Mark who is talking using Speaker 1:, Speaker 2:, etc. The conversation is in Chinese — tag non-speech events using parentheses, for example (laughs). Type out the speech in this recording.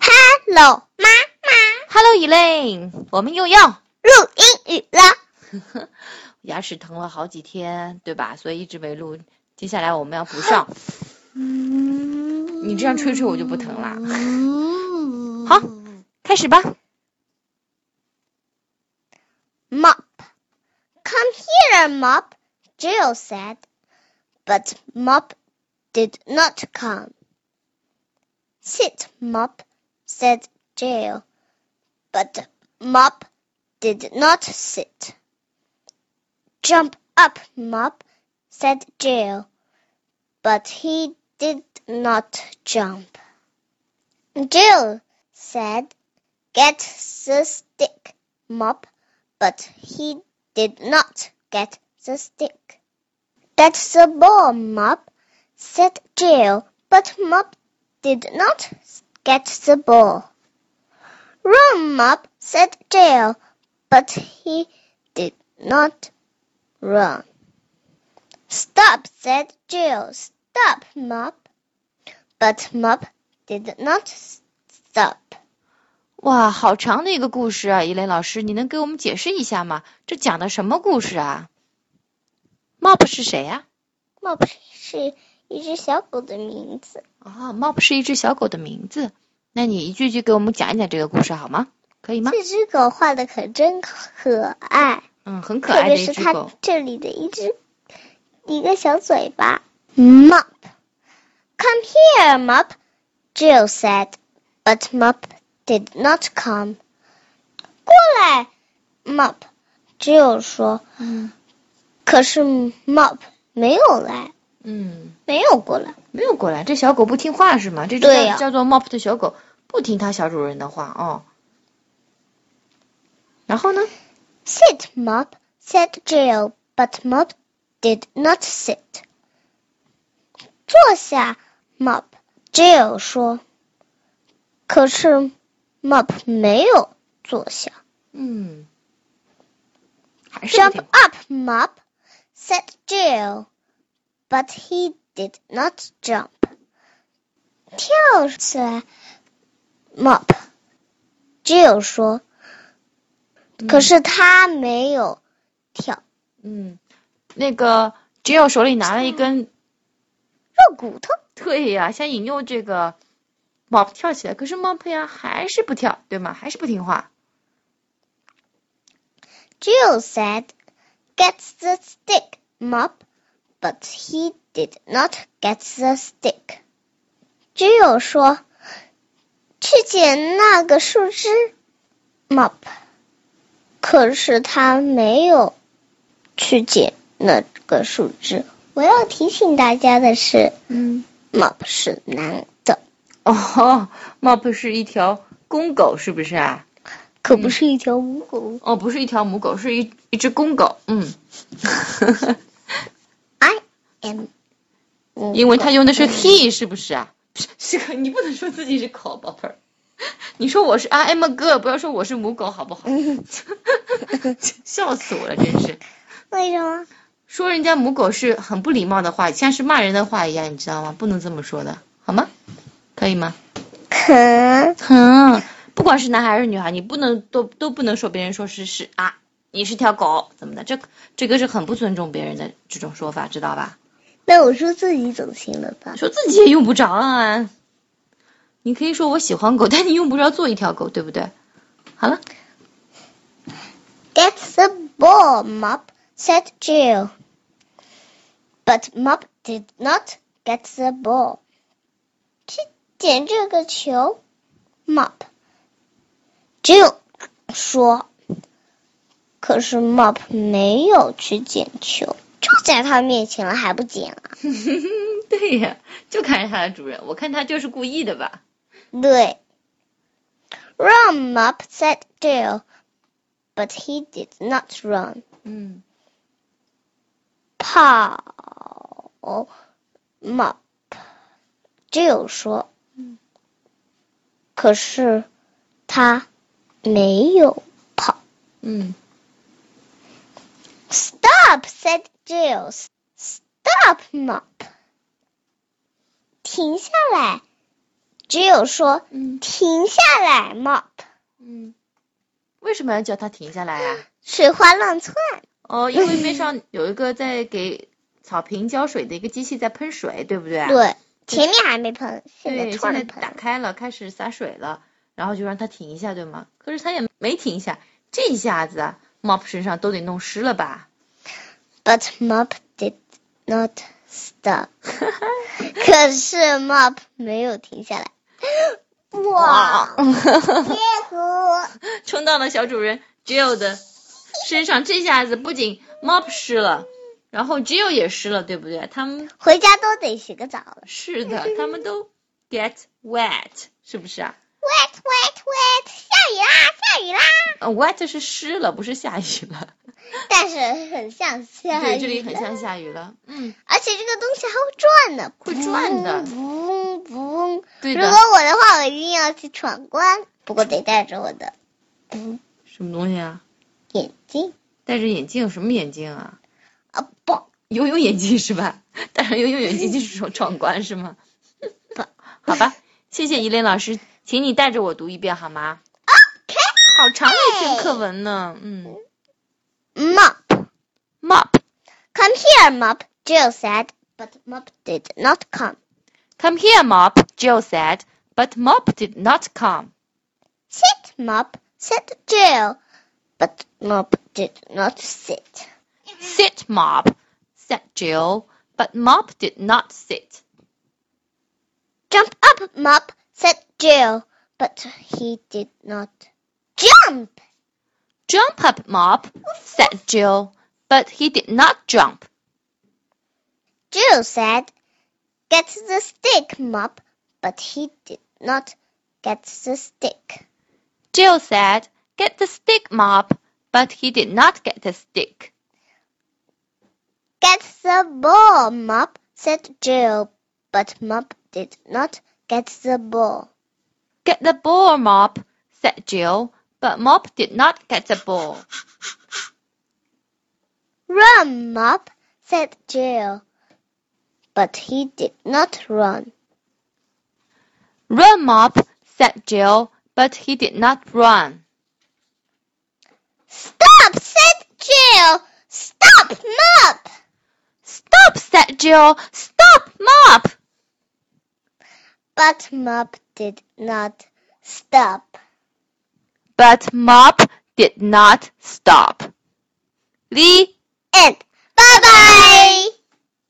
Speaker 1: Hello，妈妈，
Speaker 2: Hello Elaine，我们又要
Speaker 1: 录英语了。
Speaker 2: 牙齿疼了好几天，对吧？所以一直没录。接下来我们要补上。
Speaker 1: 嗯
Speaker 2: (laughs) 你这样吹吹我就不疼啦
Speaker 1: 嗯
Speaker 2: 好开始吧。
Speaker 1: ，Mop, come here, Mop. Jill said, but Mop did not come. Sit, Mop, said Jill, but Mop did not sit. Jump up, Mop, said Jill, but he did not jump. Jill said, Get the stick, Mop, but he did not get the stick. That's the ball, Mop, said Jill, but Mop did not get the ball. Run, Mop, said Jill, but he did not run. Stop, said Jill. Stop, Mop. But Mop did not stop.
Speaker 2: 哇，好长的一个故事啊！伊磊老师，你能给我们解释一下吗？这讲的什么故事啊？Mop 是谁啊呀、
Speaker 1: Mop 是一只小狗的名字。
Speaker 2: 啊？m o p 是一只小狗的名字。那你一句句给我们讲一讲这个故事好吗？可以吗？
Speaker 1: 这只狗画的可真可爱，
Speaker 2: 嗯，很可
Speaker 1: 特
Speaker 2: 爱的
Speaker 1: 别
Speaker 2: 一
Speaker 1: 是
Speaker 2: 只
Speaker 1: 它
Speaker 2: 狗。
Speaker 1: 这里的一只一个小嘴巴。Mop, come here, Mop. Jill said, but Mop did not come. 过来，Mop. Jill 说，
Speaker 2: 嗯
Speaker 1: 可是 Mop 没有来，
Speaker 2: 嗯，
Speaker 1: 没有过来。
Speaker 2: 没有过来，这小狗不听话是吗？这只
Speaker 1: 对
Speaker 2: 叫
Speaker 1: 呀
Speaker 2: 叫做 Mop 的小狗不听它小主人的话哦。然后呢？
Speaker 1: Sit, Mop, said Jill, but Mop did not sit. 坐下，Mop。Jill 说，可是 Mop 没有坐下。
Speaker 2: 嗯，还是不
Speaker 1: Jump
Speaker 2: 听话
Speaker 1: up, Mop, said Jill, but he did not jump. 跳起来，Mop。Jill 说，可是他没有跳。
Speaker 2: 嗯，那个 Jill 手里拿了一根，
Speaker 1: 肉骨头。
Speaker 2: 对呀，想引诱这个 Mop 跳起来，可是 Mop 呀还是不跳，对吗？还是不听话。
Speaker 1: Jill said, Get the stick, Mop. But he did not get the stick. Jill 说：“去捡那个树枝。” Mop，可是他没有去捡那个树枝。我要提醒大家的是
Speaker 2: 嗯，
Speaker 1: ，Mop 是男的，
Speaker 2: 哦，Mop 是一条公狗，是不是啊？
Speaker 1: 可不是一条母狗。
Speaker 2: 哦，不是一条母狗，是一一只公狗。 (laughs) 嗯，
Speaker 1: I am，母
Speaker 2: 因为
Speaker 1: 狗
Speaker 2: 它用的是 he，是不是啊？是个，你不能说自己是狗，宝贝儿。你说我是 I am a girl，不要说我是母狗，好不好？
Speaker 1: 嗯
Speaker 2: 笑死我了，真是。
Speaker 1: (laughs) 为什么？
Speaker 2: 说人家母狗是很不礼貌的话，像是骂人的话一样，你知道吗？不能这么说的，好吗？可以吗？
Speaker 1: 可
Speaker 2: 哼，不管是男孩还是女孩，你不能都都不能说别人说是是啊，你是条狗怎么的？这这个是很不尊重别人的这种说法，知道吧？
Speaker 1: (laughs) 那我说自己总行了吧？
Speaker 2: 说自己也用不着啊。你可以说我喜欢狗，但你用不着做一条狗，对不对？好了，
Speaker 1: Get the ball, Mop, said Jill. But Mop did not get the ball. 去捡这个球，Mop. Jill 说，可是 Mop 没有去捡球，就在他面前了还不捡啊？
Speaker 2: 对呀，就看着它的主人，我看它就是故意的吧。
Speaker 1: 对。Run, Mop, said Jill. But he did not run.
Speaker 2: 嗯
Speaker 1: 跑，mop。Jill 说，可是他没有跑。
Speaker 2: 嗯
Speaker 1: Stop, said Jill. Stop, mop. 停下来只有说
Speaker 2: 嗯
Speaker 1: 停下来，mop
Speaker 2: 嗯，为什么要叫他停下来啊？
Speaker 1: 水花乱窜。
Speaker 2: 哦，因为边上有一个在给草坪浇水的一个机器在喷水，对不对啊？
Speaker 1: 对，前面还没喷，现在
Speaker 2: 对，
Speaker 1: 突
Speaker 2: 现在
Speaker 1: 然
Speaker 2: 打
Speaker 1: 喷。
Speaker 2: 开了，开始洒水了，然后就让他停一下，对吗？可是他也没停一下，这一下子啊，mop 身上都得弄湿了吧？
Speaker 1: But mop did not stop。可是 mop 没有停下来。哇！
Speaker 2: 啊
Speaker 1: 啊耶呼！
Speaker 2: 冲到了小主人 Jill 的身上，这下子不仅 mop 湿了，然后 Jill 也湿了，对不对？他们
Speaker 1: 回家都得洗个澡了。
Speaker 2: 是的，
Speaker 1: 嗯
Speaker 2: 他们都 get wet，是不是啊？
Speaker 1: Wait wait wait！下雨啦，下雨啦！
Speaker 2: 呃，wet 是湿了，不是下雨了。
Speaker 1: 但是很像下雨。
Speaker 2: 对，这里很。像下雨了。嗯，
Speaker 1: 而且这个东西还会转呢，
Speaker 2: 会转的
Speaker 1: 嗡嗡嗡。
Speaker 2: 嗯对
Speaker 1: 如
Speaker 2: 的
Speaker 1: 果。我的话，我一定要去闯关，不过得带着我的
Speaker 2: 什么东西啊？
Speaker 1: 眼镜
Speaker 2: 戴着眼镜，什么眼镜啊？
Speaker 1: 啊，不。
Speaker 2: 游泳眼镜是吧？戴上游泳眼镜就是闯闯关
Speaker 1: (laughs)
Speaker 2: 是吗？
Speaker 1: 不，
Speaker 2: 好吧，谢谢依琳老师，请你带着我读一遍好吗好长的一篇课文呢。嗯
Speaker 1: Mop,
Speaker 2: ，mop
Speaker 1: come here, Mop, Jill said, but Mop did not come.
Speaker 2: come here mop Jill said but mop did not come
Speaker 1: Sit, Mop, said Jill, but Mop did not sit.
Speaker 2: sit mop said Jill but mop did not sit
Speaker 1: Jump up, Mop, said Jill, but he did not jump.
Speaker 2: jump up mop said Jill but he did not jump
Speaker 1: Jill said, get the stick, Mop, but he did not get the stick.
Speaker 2: Jill said get the stick mop but he did not get the stick
Speaker 1: Get the ball, Mop, said Jill, but Mop did not get the ball.
Speaker 2: Get the ball, Mop, said Jill, but Mop did not get the ball.
Speaker 1: Run, Mop, said Jill. But he did not run.
Speaker 2: Run, Mop, said Jill, but he did not run.
Speaker 1: Stop, said Jill. Stop, Mop.
Speaker 2: Stop, said Jill, stop, Mop.
Speaker 1: But Mop did not stop.
Speaker 2: But Mop did not stop. The
Speaker 1: And bye bye.